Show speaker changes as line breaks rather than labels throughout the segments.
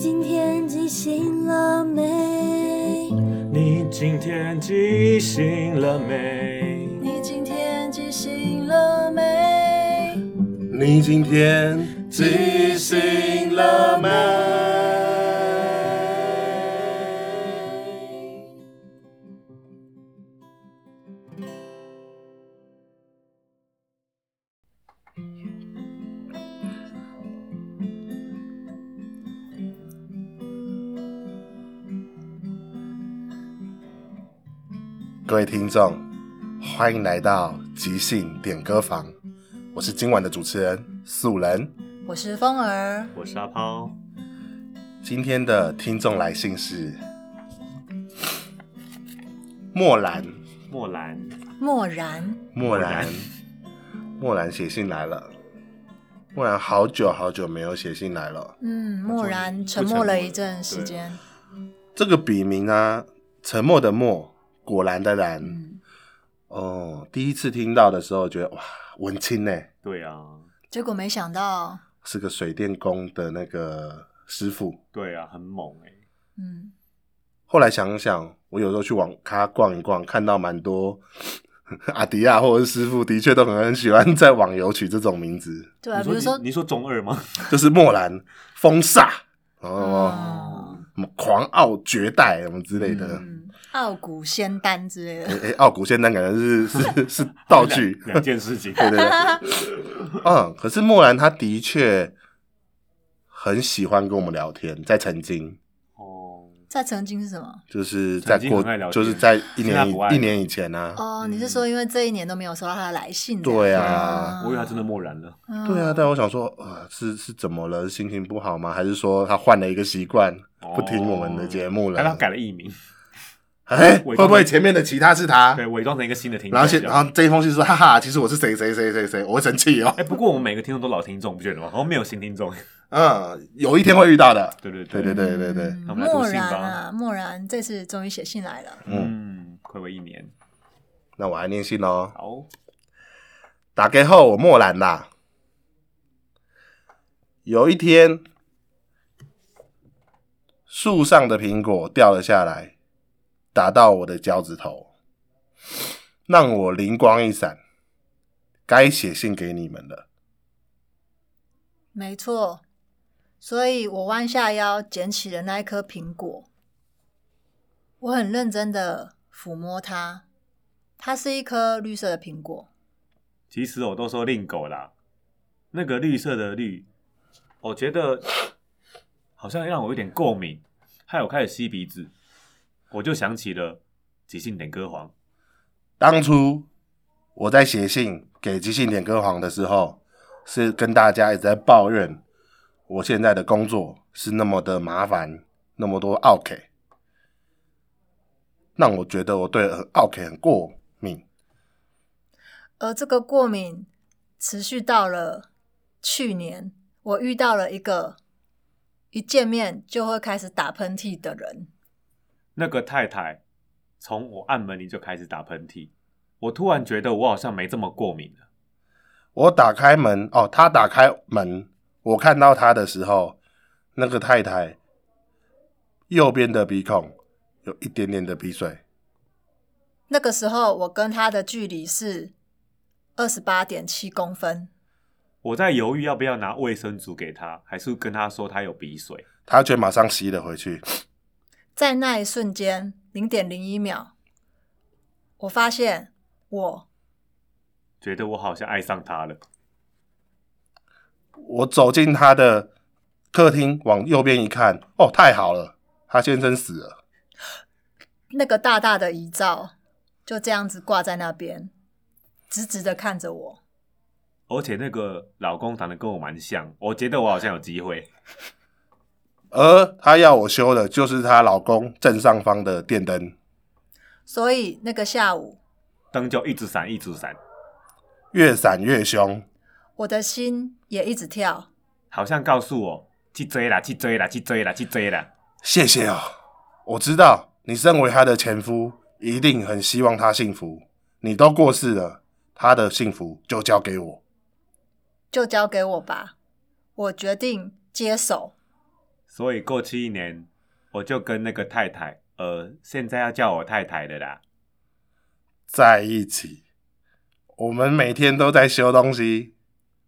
今天记醒了没？
你今天记醒了没？
你今天记醒了没？
你今天
记醒了没？
各位听众，欢迎来到即兴点歌房，我是今晚的主持人素人。
我是风儿，
我是阿抛，
今天的听众来信是墨兰，
莫兰，
漠然，
墨兰
然，
墨兰写信来了。墨兰好久好久没有写信来了。
嗯，漠然沉
沉
默
默
了
了
一阵时
对
间，
这个笔名呢、沉默的默，果然的然。
嗯，
哦，第一次听到的时候觉得哇，文青呢，
对啊，
结果没想到，
是个水电工的那个师傅。
对啊，很猛哎、
嗯，
后来想想，我有时候去网咖逛一逛，看到蛮多 阿迪亚或者是师傅，的确都很很喜欢在网游取这种名字，
对啊，
你
比
说
如说
你，你说中二吗？
就是墨兰、风煞，
嗯
哦，
哦，
什么狂傲绝代什么之类的。
嗯，傲骨仙丹之类的，
诶诶，傲骨仙丹感觉是是 是道具，
两两件事 情，
对对对，嗯，可是莫兰他的确很喜欢跟我们聊天，在曾经
哦，
在曾经是什么？
就是在
曾经
过
很爱聊天
就是在一
现在
年
不爱
以一年以前啊，
哦，你是说因为这一年都没有收到他的来信？嗯
对啊
我以为他真的漠然了，
的
对啊，但我想说，啊、是是怎么了？心情不好吗？还是说他换了一个习惯，不听我们的节目了
但？他改了艺名，
哎、
伪装
会不会前面的其他是他？
对，伪装成一个新的听众。
然后啊现
这样
然后这一封信说，哈哈，其实我是谁谁谁谁谁，我会生气哦
哎、。不过我们每个听众都老听众，不觉得吗？好像哦没有新听众。
嗯，有一天会遇到的。
对对
对对对对对，
那我嗯们来读
漠
信
然
吧
啊，漠然，这次终于写信来了。
嗯，暌违一年，
那我来念信哦。
好，
打开后，我默然啦。有一天，树上的苹果掉了下来，打到我的脚趾头，让我灵光一闪。该写信给你们了。
没错，所以我弯下腰捡起了那一颗苹果，我很认真的抚摸它，它是一颗绿色的苹果。
其实我都说令狗啦，那个绿色的绿，我觉得好像让我有点共鸣，害我开始吸鼻子，我就想起了即兴点歌黄，
当初我在写信给即兴点歌黄的时候，是跟大家一直在抱怨我现在的工作是那么的麻烦，那么多奥 K，让我觉得我对奥 K 很过敏。
而这个过敏持续到了去年，我遇到了一个一见面就会开始打喷嚏的人。
那个太太从我按门铃就开始打喷嚏，我突然觉得我好像没这么过敏了。
我打开门，哦，他打开门，我看到他的时候，那个太太右边的鼻孔有一点点的鼻水。
那个时候，我跟他的距离是二十八点七公分。
我在犹豫要不要拿卫生纸给她，还是跟她说她有鼻水。
他却马上吸了回去，
在那一瞬间，零点零一秒，我发现我
觉得我好像爱上他了。
我走进他的客厅，往右边一看，哦，太好了，他先生死了。
那个大大的遗照就这样子挂在那边，直直的看着我。
而且那个老公长得跟我蛮像，我觉得我好像有机会。
而他要我修的就是她老公正上方的电灯，
所以那个下午，
灯就一直闪，一直闪，
越闪越凶。
我的心也一直跳。
好像告诉我去追啦，去追啦，去追啦，去追啦。
谢谢哦，我知道你身为她的前夫，一定很希望她幸福。你都过世了，她的幸福就交给我。
就交给我吧。我决定接手，
所以过去一年我就跟那个太太，呃，现在要叫我太太的啦。
在一起。我们每天都在修东西。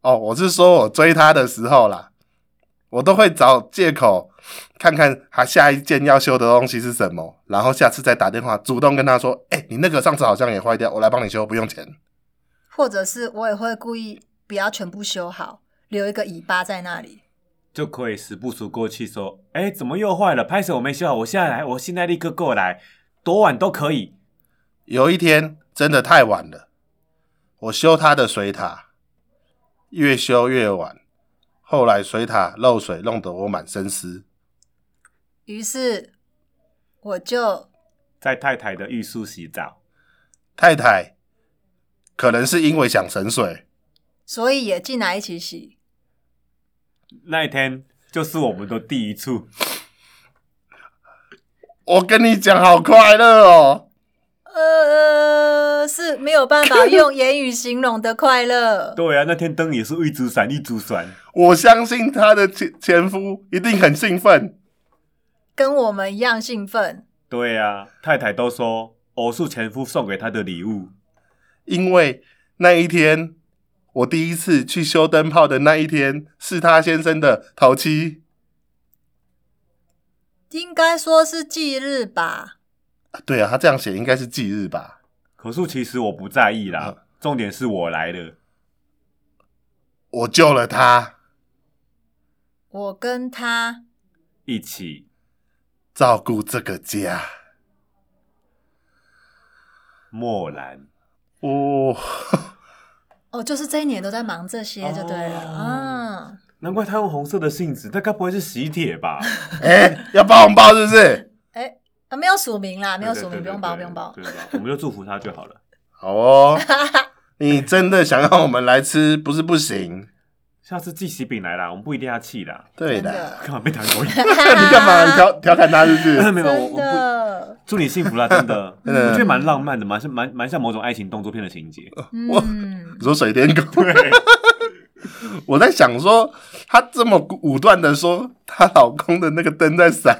哦，我是说我追她的时候啦，我都会找借口看看她下一件要修的东西是什么，然后下次再打电话主动跟她说：“哎、你那个上次好像也坏掉，我来帮你修，不用钱。
或者是我也会故意不要全部修好，留一个尾巴在那里。
就可以时不时过去说：“哎，怎么又坏了？拍手我没修好，我现在来，我现在立刻过来，多晚都可以。””
有一天真的太晚了，我修她的水塔，越修越晚，后来水塔漏水，弄得我满身湿。
于是我就
在太太的浴室洗澡，
太太可能是因为想省水，
所以也进来一起洗。
那一天就是我们的第一次。
我跟你讲，好快乐哦！
呃，是没有办法用言语形容的快乐。
对啊，那天灯也是一直闪一直闪，
我相信她的前前夫一定很兴奋。
跟我们一样兴奋，
对啊，太太都说偶数前夫送给她的礼物，
因为那一天，我第一次去修灯泡的那一天，是他先生的头七，
应该说是忌日吧。
啊对啊，他这样写应该是忌日吧？
可是其实我不在意啦，重点是我来了。
我救了他，
我跟他
一起
照顾这个家。
默然，
哦，
哦，就是这一年都在忙这些就对了。
哦
嗯，
难怪他用红色的信纸，那该不会是喜帖吧？
哎、要包红包是不是？
哎、啊，没有署名啦，没有署
对
名，不用报，不用报。
对对对对对我们就祝福他就好了。
好哦，你真的想要我们来吃，不是不行。
下次寄喜饼来啦，我们不一定要气啦。
对
真
的，
的
干嘛被弹狗
你
你干嘛你调调侃他是不是？
没有，我
真
我不
的，
祝你幸福啦，真的，
真的
我觉得蛮浪漫的，蛮像蛮蛮像某种爱情动作片的情节。
嗯，
你说水电工？ 我在想说，她这么武断的说她老公的那个灯在闪，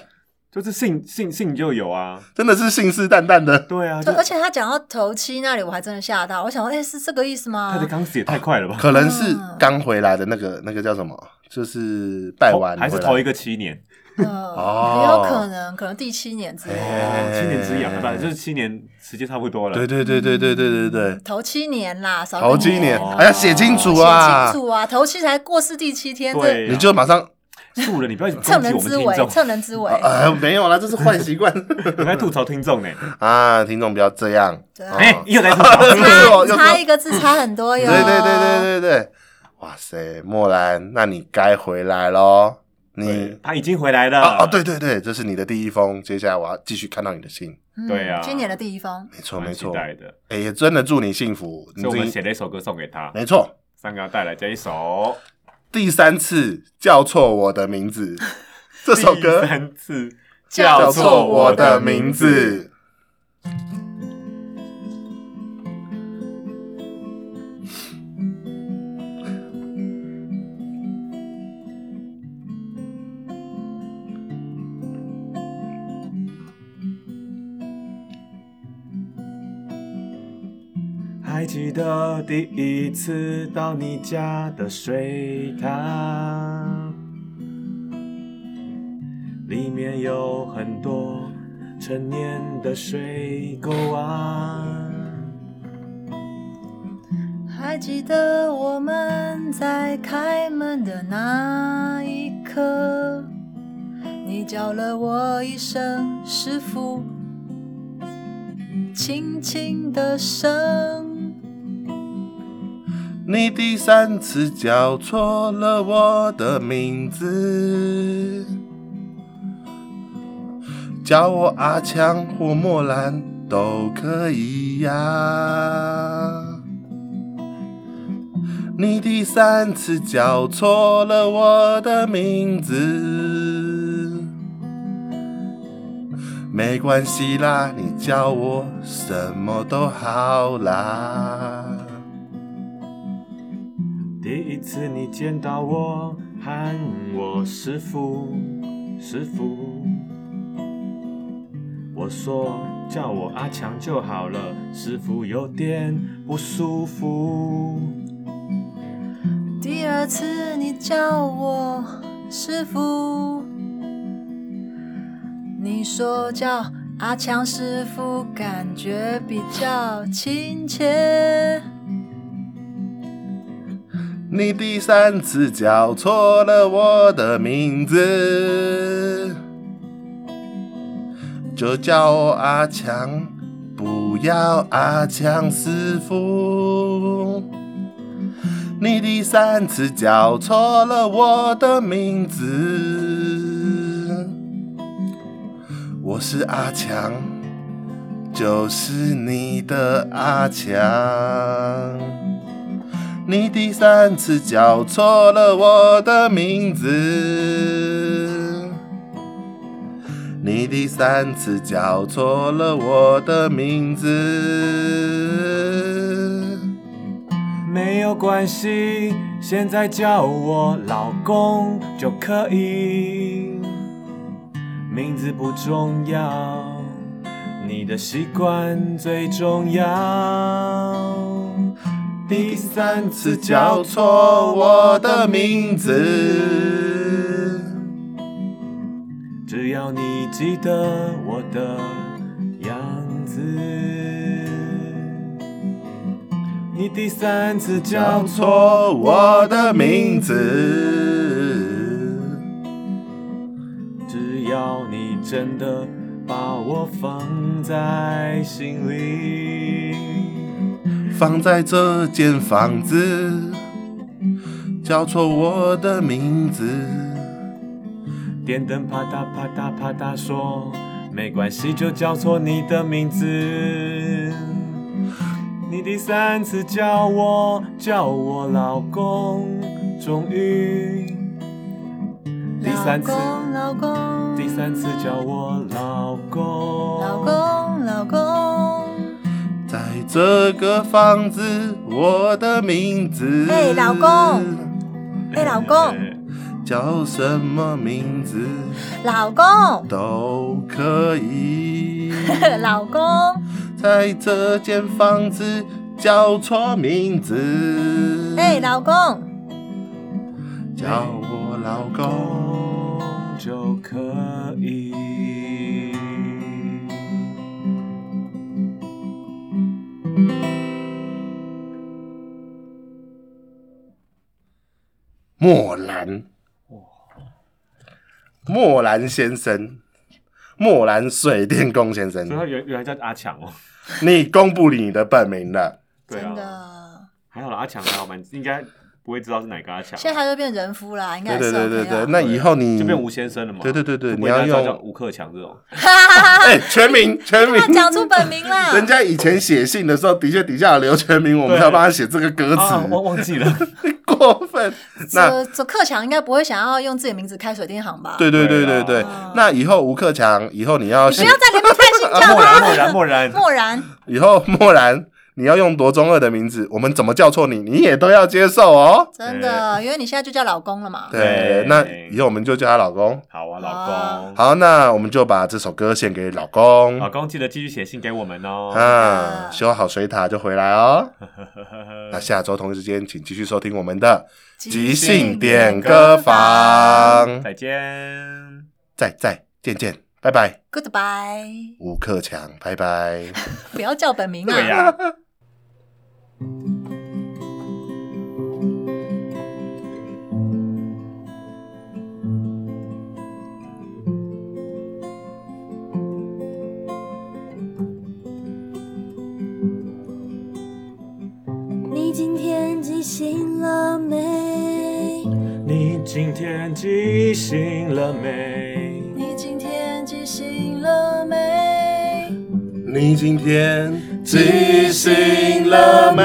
就是信信信就有啊，
真的是信誓旦旦的。
对啊，就
对，而且他讲到头七那里，我还真的吓到，我想说，哎、是这个意思
他
吗
的？刚死也太快了吧？
可能是
啊
刚回来的那个那个叫什么，就是拜完
还是
回来
头一个七年，
嗯，
哦
也有可能，可能第七年之类的。
哎
哦，七年之痒，对吧？就是七年时间差不多了。
对对对对对对对对，
头七年啦，少
头
跟
七
我
年
哦
还要写清楚啊
写，清楚啊，头七才过世第七天，这
对啊，
你就马上
素人，你不要一直
趁
攻击
人
我们
之
听
危，
众，
趁人之危。
呃没有啦，这是坏 习惯
你在吐槽听众呢。
啊，听众不要这样。
对啊
哦
哎， 又在吐槽。
又
差
说
差一个字差很多哟。
对对对对对对，哇塞，莫兰，那你该回来喽，你。
他已经回来了。
啊哦，对对对，这是你的第一封，接下来我要继续看到你的信，
对
对啊
今年嗯的第一封，
没错嗯
蛮
没
期
错，
待
哎、
的。
也真的祝你幸福，你
所以我
自己
们写了一首歌送给他，
没错，
三个要带来这一首。
第三次叫错我的 名字，这首歌
第三次
叫
错
错
我
我
的
的
名
名
字
字。
还记得第一次到你家的水塔，里面有很多陈年的水果啊。
还记得我们在开门的那一刻，你叫了我一声师傅，轻轻的声。
你第三次叫错了我的名字，叫我阿强或莫兰都可以呀、你第三次叫错了我的名字，没关系啦，你叫我什么都好啦。
第一次你见到我，喊我师傅，是福。我说叫我阿强就好了，师傅有点不舒服。
第二次你叫我师傅，你说叫阿强师傅，感觉比较亲切。
你第三次叫错了我的名字，就叫我阿强，不要阿强师傅。你第三次叫错了我的名字，我是阿强，就是你的阿强。你第三次叫错了我的名字，你第三次叫错了我的名字。
没有关系，现在叫我老公就可以，名字不重要，你的习惯最重要。
第三次叫错我的名字，
只要你记得我的样子。你第三次
叫
叫
错
错
我
我
的
的
名
名字，
字。
只要你真的把我放在心里。
放在这间房子，叫错我的名字。
电灯啪嗒啪嗒啪嗒说，没关系，就叫错你的名字。你第三次叫我叫我老公，终于第三次
老公，老公，
第三次叫我老公，
老公，老公，
在这个房子，我的名字。
嘿老公，哎老公，
叫什么名字
老公，
都可以。
老公，
在这间房子叫错名字，
哎，老公，
叫我老公。
公就可以。
莫兰，莫兰先生，莫兰水电工先生
所以，他原原来叫阿强哦，
你公布你的本名了。
对啊
真，的，
还好啦，阿强还好蛮，应该不会知道是哪个阿强，
现在他就变人夫啦，应该
对
也是 OK
对
啊
对
啦。
对对，那以后你
就变吴先生了嘛。
对对对对
就不会大家
你要用
叫吴克强这种，
哎，全名全名
他，讲出本名啦，
人家以前写信的时候，的确底下有留全名，我们
对
要帮他写这个歌
啊，忘
词，
忘记了，
过分。那
这这克强应该不会想要用自己的名字开水电行吧？
对对对对
对
对
啊，
那以后吴克强，以后你要
不
写
要，在里面开心叫
漠啊然漠
他。
然漠 然，
漠然，
以后默然你要用多中二的名字，我们怎么叫错你，你也都要接受哦。
真的，因为你现在就叫老公了嘛。
对
对，
那以后我们就叫他老公。
好啊，老公，
好，那我们就把这首歌献给老公
老公记得继续写信给我们哦。
啊，修好水塔就回来 哦。
呵呵呵
那下周同一时间，请继续收听我们的即兴
点
点歌房，
再见。
再再见见，拜拜，
，Goodbye，
吴克强，拜拜。
不要叫本名啊。
对 呀、
你今天记醒了没？
你今天记醒了没？
你今天记醒了没？
你今天记醒了没？